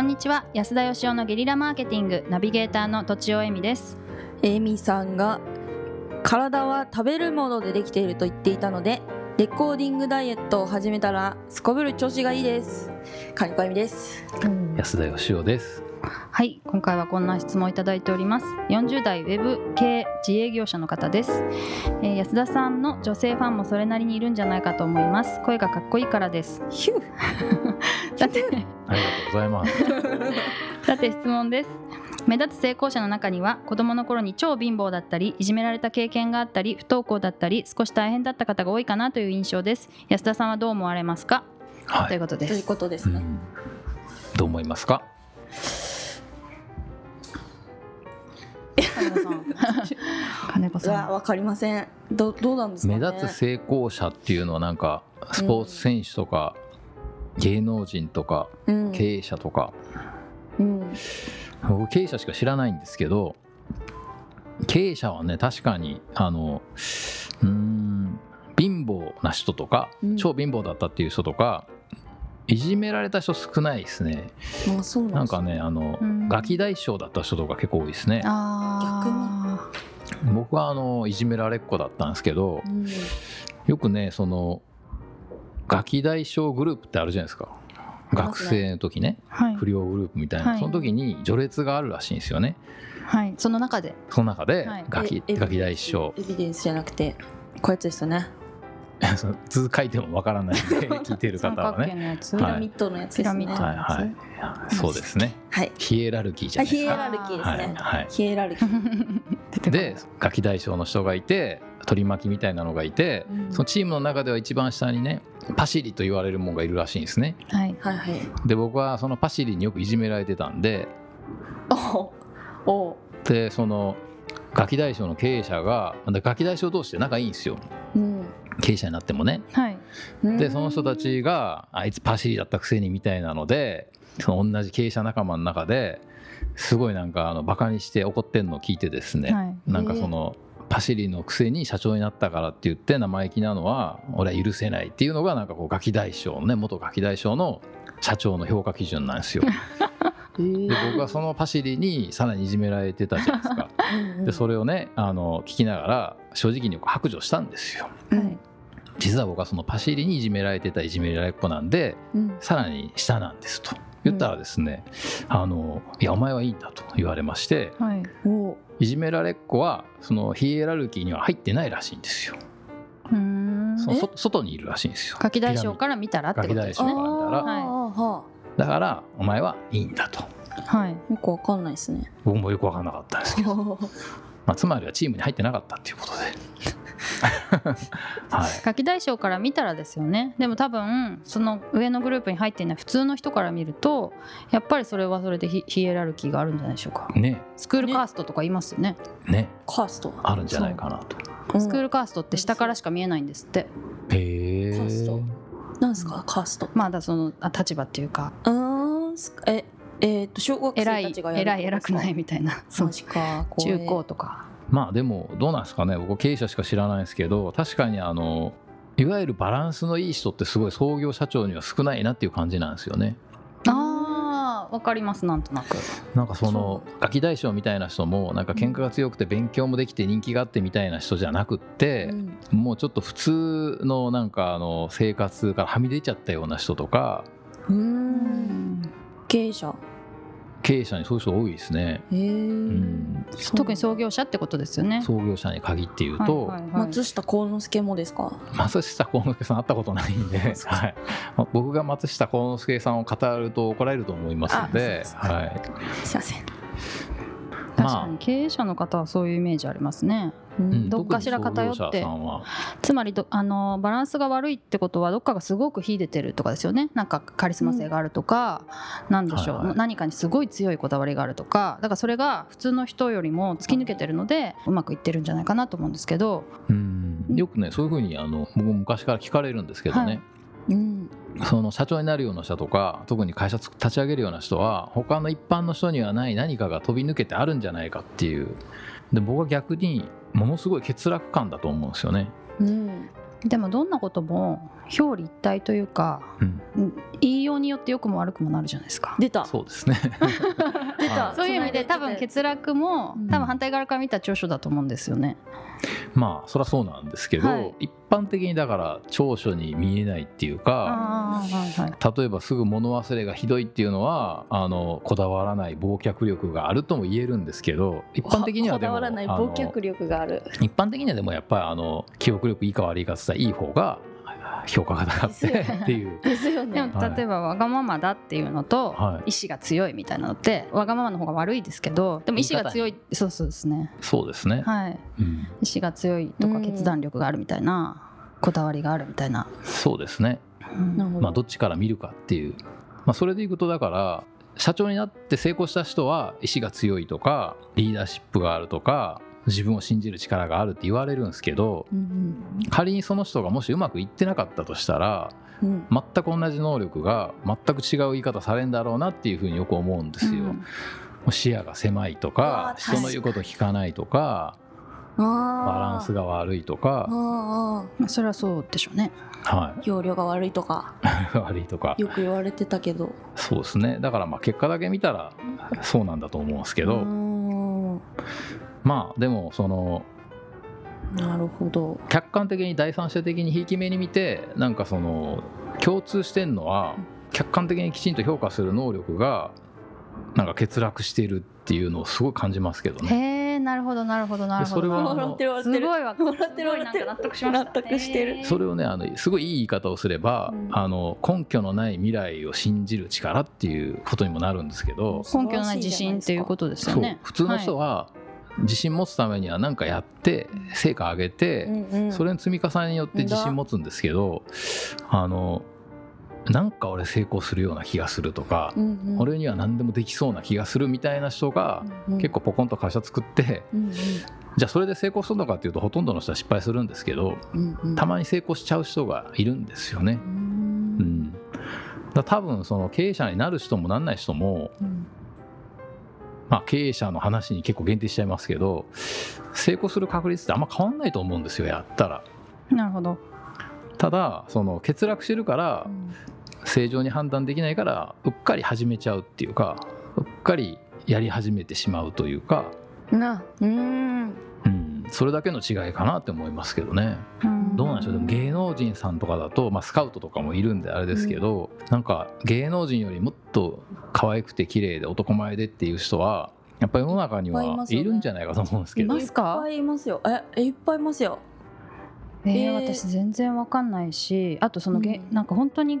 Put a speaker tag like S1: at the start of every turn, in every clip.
S1: んにちは安田義雄のゲリラマーケティングナビゲーターの土尾恵美です
S2: エミさんが体は食べるものでできていると言っていたのでレコーディングダイエットを始めたらすこぶる調子がいいです金子エミです
S3: 安田義雄です。
S1: はい今回はこんな質問をいただいております40代ウェブ系自営業者の方です、えー安田さんの女性ファンもそれなりにいるんじゃないかと思います声がかっこいいからです
S2: ヒュー
S1: だって
S3: ありがとうござい ます。
S1: さて質問です目立つ成功者の中には子供の頃に超貧乏だったりいじめられた経験があったり不登校だったり少し大変だった方が多いかなという印象です安田さんはどう思われますか、
S3: は
S1: という
S3: い。
S1: ことで
S2: という
S1: す
S2: ことで
S3: う
S2: すね、
S3: ん。どう思いますか。
S1: 金子さん 金子
S2: うわ
S1: さ
S2: わかりませんどどうなんですか
S3: 目
S2: ね
S3: 立つ成功者っていうのはなんかスポーツ選手とか、芸能人とか
S2: うん
S3: 経営者とか、
S2: うん
S3: 僕経営者しか知らないんですけど、経営者はね確かにあのうーん貧乏な人とか、
S2: うん
S3: 超貧乏だったっていう人とか。いじめられた人少ないですね。
S2: まあそうな
S3: なんん
S2: です
S3: かね、あの、
S1: うん
S3: ガキ大将だった人とか結構多いですね
S1: ん。あ
S3: 僕はあのいじめられっ子だったんですけど
S2: うん
S3: よくねそのガキ大将グループってあるじゃないですか学生の時ね
S1: 逆にはい
S3: 不良グループみたい
S1: は
S3: ないその時に序列があるらしいんですよね
S1: はいその中で
S3: その中で
S1: はい
S3: ガキ
S2: え
S3: ガキ大将
S2: エビデンスじゃなくてこういうやつですよね
S3: その図書いてもわからないん で聞いてる
S1: 三
S3: 方
S1: 角
S3: は
S1: 形
S3: ね
S1: のやつ、
S2: ピ
S3: は
S2: ラミッドのやつです
S1: ピ
S2: ね
S1: ラミッド
S3: はいはいそうですね
S2: はい
S3: ヒエラルキーじ
S2: あ
S3: ゃない
S2: ヒ
S3: です
S2: エ
S3: か
S2: ラルキーです
S3: は
S2: ね、
S3: いはい
S2: ヒエラルキー
S1: 出てこない
S3: でガキ大将の人がいて取り巻きみたいなのがいて
S2: うん
S3: そのチームの中では一番下にねパシリと言われるもんがいるらしいんですね
S1: はい
S2: はいはい
S3: で僕はそのパシリによくいじめられてたんで
S2: おうおう
S3: でそのガキ大将の経営者がでガキ大将同士で仲いいんですよ
S2: うん
S3: 経営者になってもね
S1: はい
S3: でその人たちがあいつパシリだったくせにみたいなのでその同じ経営者仲間の中ですごいなんかあのバカにして怒ってんのを聞いてですね、
S1: はい
S3: なんかそのパシリのくせに社長になったからって言って生意気なのは俺は許せないっていうのがなんかこうガキ大将のね元ガキ大将の社長の評価基準なんですよ。で僕はそのパシリにさらにいじめられてたじゃないですかでそれをねあの聞きながら正直に白状したんですよ
S2: う
S1: は
S2: ん
S1: い
S3: 実は僕はそのパシリにいじめられてたいじめられっ子なんで
S2: うん
S3: さらに下なんですと言ったらですね、あのいやお前はいいんだと言われまして
S1: はい
S2: おう
S3: いじめられっ子はそのヒエラルキーには入ってないらしいんですよ
S1: うーん
S3: そ
S2: え
S3: のそ外にいるらしいんですよ
S1: ガキ大将から見たらってことですね
S3: ガキ大将
S2: あー
S1: はい
S2: は
S3: だからお前はいいんだと
S1: はい
S2: あよくわかんないです ね。
S3: 僕もよく分かんなかったんですけど、まあ、つまりはチームに入ってなかったっていうことではい
S1: ガキ大将から見たらですよねでも多分その上のグループに入っていない普通の人から見るとやっぱりそれはそれでヒヒエラルキーがあるんじゃないでしょうか
S3: ね
S1: スクールカーストとか言いますよね
S3: ね
S2: カースト。
S3: あるんじゃないかなと
S1: スクールカーストって下からしか見えないんですって
S3: へ
S2: カーストなんですかカースト。
S1: まあだそのあ立場っていうか
S2: うーんすええーっと小学生
S1: 偉
S2: た
S1: い
S2: ちがやる
S1: 偉い偉くない
S2: み
S1: みたいな
S2: た
S1: そ
S2: いうな。マジか。怖い
S1: 中高。とか
S3: まあでもどうなんですかね僕経営者しか知らないですけど確かにあのいわゆるバランスのいい人ってすごい創業社長には少ないなっていう感じなんですよね
S1: あーわかりますなんとなく
S3: なんかその
S2: そ
S3: ガキ大将みたいな人もなんか喧嘩が強くて勉強もできて人気があってみたいな人じゃなくって
S2: う、ん
S3: もうちょっと普通のなんかあの生活からはみ出ちゃったような人とか
S2: うーん。経営者。
S3: 経営者にそういう人多いですね、
S2: へえ。
S3: うん、
S1: 特に創
S2: 業。
S1: 業者ってことですよね
S3: 創業者に限って言うと、
S1: はいはいはい
S2: 松下幸之助もですか。
S3: 松下幸之助さん会ったことないんで、
S2: そうそう
S3: はい、僕が松下幸之助さんを語ると怒られると思いますので
S2: あそうそう
S3: はい、
S2: すいません。
S1: 確
S3: ま
S1: か
S3: あ
S1: に経営者の方はそういうイメージありますね
S2: う
S3: うんん
S1: どっかしら偏って
S3: 特に創業者さんは
S1: つまりどあのバランスが悪いってことはどっかがすごく秀でてるとかですよねなんかカリスマ性があるとか、なんでしょう、
S3: はいはい
S1: 何かにすごい強いこだわりがあるとかだからそれが普通の人よりも突き抜けてるのでうまくいってるんじゃないかなと思うんですけど、
S3: うんよくねそういうふうにあの僕も昔から聞かれるんですけどね、
S2: うん。
S3: その社長になるような人とか特に会社立ち上げるような人は他の一般の人にはない何かが飛び抜けてあるんじゃないかっていうで僕は逆にものすごい欠落感だと思うんですよね。
S2: うん。
S1: でもどんなことも表裏一体というか
S3: うん
S1: 言いようによって良くも悪くもなるじゃないですか。
S2: 出た
S3: そう ですね
S2: 出た
S3: はい
S1: そういう意味で多分欠落も
S2: うん
S1: 多分反対側から見た長所だと思うんですよね。
S3: まあそりゃそうなんですけど、
S1: はい
S3: 一般的にだから長所に見えないっていうか
S1: ああはいはい。
S3: 例えばすぐ物忘れがひどいっていうのはあのこだわらない忘却力があるとも言えるんですけど一般的には
S2: こ
S3: で
S2: だ
S3: も
S2: わらない
S3: あの
S2: 忘却力がある
S3: 一般的にはでもやっぱりあの記憶力いいか悪いかって言ったらいい方が評価が高く
S2: です
S3: て
S2: よね
S3: っていう
S2: ですよ
S1: で
S2: ね
S1: も
S3: はい
S1: 例えばわがままだっていうのと
S3: は
S1: 意志が強いみたいなのってわがままの方が悪いですけどでも意志が強いそうそうですね
S3: そうですね、
S1: はい
S3: うん、
S1: 意志が強いと
S2: う
S1: か
S2: ん
S1: 決断力があるみたいなこだわりがあるみたいな、
S3: そうですね
S1: うん
S2: なるほ
S3: まあ、
S2: ど
S3: どっちから見るかっていう、まあ、それでいくとだから社長になって成功した人は意志が強いとかリーダーシップがあるとか自分を信じる力があるって言われるんですけど
S2: うん
S3: 仮にその人がもしうまくいってなかったとしたら
S2: うんうん
S3: 全く同じ能力が全く違う言い方されるんだろうなっていうふうによく思うんですよ。
S1: うん
S3: もう視野が狭いと
S2: うわ
S3: か
S2: ー
S3: 人の言うこと聞かないとか
S2: あ
S3: バランス
S2: が
S3: が悪いと
S2: あ
S3: か、
S2: ーあー
S1: まあそれはそうでしょうね
S3: は
S2: 容量が悪いとか
S3: い、 悪いとか
S2: よく言われてたけど
S3: そうですねだからまあ結果だけ見たらそうなんだと思うんですけど。
S2: うーん
S3: まあでもその
S2: なるほど
S3: 客観的に第三者的にひいき目に見てなんかその共通してんのは
S2: うん
S3: 客観的にきちんと評価する能力がなんか欠落しているっていうのをすごい感じますけど
S1: へ
S3: ね。
S1: えなるほどなるほどなるほ
S3: それ
S1: ど
S3: はあの
S2: 笑ってる
S1: す
S2: 笑ってる
S1: ごいわ
S2: 笑って
S1: す
S2: る
S1: ごいなんか納得しました
S2: 納得してる
S3: それをねあのすごいいい言い方をすれば、
S2: うん
S3: あの根拠のない未来を信じる力っていうことにもなるんですけど、
S1: 根拠のない自信っていうことですよ
S3: そう
S1: ね
S3: 普通の人
S1: は
S3: は自信持つためには何かやって成果上げて、
S2: うんうん
S3: それの積み重ねによって自信持つんですけどあのなんか俺成功するような気がするとか
S2: う、んうん
S3: 俺には何でもできそうな気がするみたいな人が
S2: うんうん
S3: 結構ポコンと会社作って
S2: うん
S3: じゃあそれで成功するのかっていうとほとんどの人は失敗するんですけど
S2: うんうんうん
S3: たまに成功しちゃう人がいるんですよね
S2: う。
S3: うんん、だから多分その経営者になる人もなんない人も、
S2: うん
S3: まあ、経営者の話に結構限定しちゃいますけど成功する確率ってあんま変わんないと思うんですよやったら。
S1: いなるほど
S3: ただその欠落してるから正常に判断できないからうっかり始めちゃうっていうかうっかりやり始めてしまうというか、
S2: なうん
S3: うん、それだけの違いかなって思いますけどねどうなんでしょうでも芸能人さんとかだと、まあ、スカウトとかもいるんであれですけど、なんか芸能人よりもっと可愛くて綺麗で男前でっていう人はやっぱり世の中に
S2: いっぱいい
S3: は
S2: ますよ
S3: い
S2: ね
S3: るんじゃないかと思うんです
S1: い
S3: けど、
S1: ますか
S2: いっぱいいますよえいっぱいいますよ
S1: え
S2: え
S1: ー
S2: ー
S1: 私全然わかんないしあとそのげ、
S2: うん
S1: なんか本当に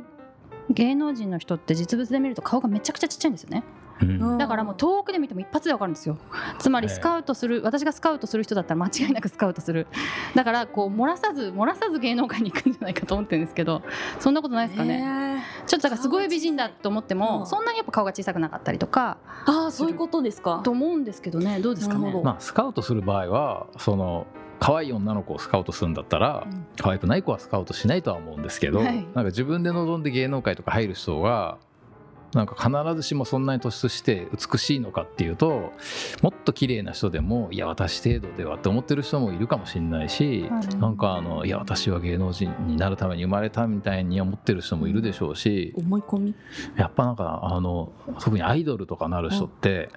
S1: 芸能人の人って実物で見ると顔がめちゃくちゃちっちゃいんですよね
S3: うん
S1: だからもう遠くで見ても一発でわかるんですよつまり
S3: ええ
S1: スカウトする、私がスカウトする人だったら間違いなくスカウトするだからこう漏らさず漏らさず芸能界に行くんじゃないかと思ってるんですけどそんなことないですかね、
S2: ねえ
S1: ちょっとだからすごい美人だと思って
S2: う
S1: も
S2: ん
S1: そんなにやっぱ顔が小さくなかったりとか
S2: ああそういうことですか
S1: と思うんですけどねどうですか
S2: な
S1: ね
S2: るほど
S3: まあ、スカウトする場合はその可愛い女の子をスカウトするんだったら、
S2: うん
S3: 可愛くない子はスカウトしないとは思うんですけど、
S1: はい
S3: なんか自分で望んで芸能界とか入る人がなんか必ずしもそんなに突出して美しいのかっていうともっと綺麗な人でもいや私程度ではって思ってる人もいるかもしれないし、
S1: はい
S3: なんかあのいや私は芸能人になるために生まれたみたいに思ってる人もいるでしょうし、
S2: 思い込み
S3: やっぱなんかあの特にアイドルとかなる人って、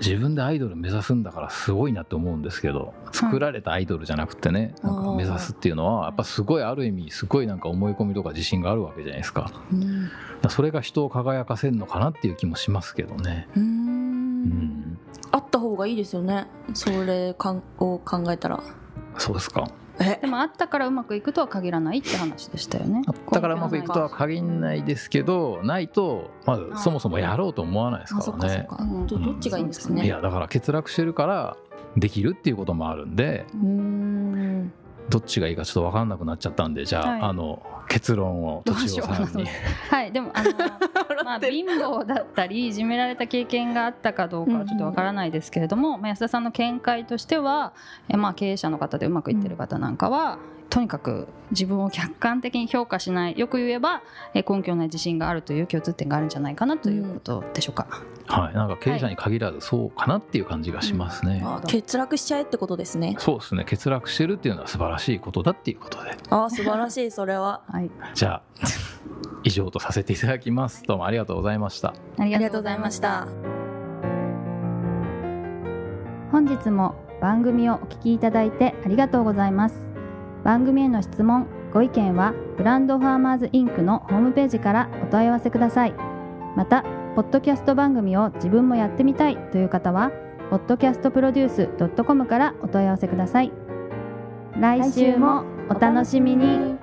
S3: 自分でアイドル目指すんだからすごいなって思うんですけど作られたアイドルじゃなくてね、
S2: うん
S3: なんか目指すっていうのはやっぱすごいある意味すごいなんか思い込みとか自信があるわけじゃないですかだか
S2: うん
S3: らそれが人を輝かせるのかなっていう気もしますけどね。
S2: う
S3: うんん、
S2: あった方がいいですよねそれかんを考えたら
S3: そうですか
S2: え
S1: でもあったからうまくいくとは限らないって話でしたよね
S3: あったからうまくいくとは限らないですけどないとま
S1: あー
S3: ずそもそもやろうと思わないです
S2: あそ
S3: か
S2: っ
S3: ら
S2: かそっ
S3: ね。
S2: か
S1: うん
S2: どどっちがいいんですか
S1: そう
S3: い
S1: です
S2: ね
S3: やだから欠落してるからできるっていうこともあるんで
S2: うーん
S3: どっちがいいかちょっと分かんなくなっちゃったんでじゃあ,、
S1: はい
S3: あの結論を
S1: どう
S3: 栃
S1: し
S3: 尾
S1: よう
S3: さ
S1: かなん
S3: に
S1: はいでもあのまあ貧乏だったりいじめられた経験があったかどうかはちょっとわからないですけれども、まあ、安田さんの見解としてはえ、まあ、経営者の方でうまくいってる方なんかは、とにかく自分を客観的に評価しないよく言えばえー根拠のない自信があるという共通点があるんじゃないかなということでしょうか。
S3: はい、なんか経営者に限らずそうかなっていう感じがしますね。
S2: あー欠落しちゃえってことですね
S3: そうですね欠落してるっていうのは素晴らしいことだっていうことで
S2: あー素晴らしいそれは
S1: はい、
S3: じゃあ以上とさせていただきますどうもありがとうございました
S1: あり
S2: ありがとうございました
S1: 本日も番組をお聞きいただいてありがとうございます番組への質問ご意見はブランドファーマーズインクのホームページからお問い合わせくださいまたポッドキャスト番組を自分もやってみたいという方は podcastproduce.com からお問い合わせください来週もお楽しみに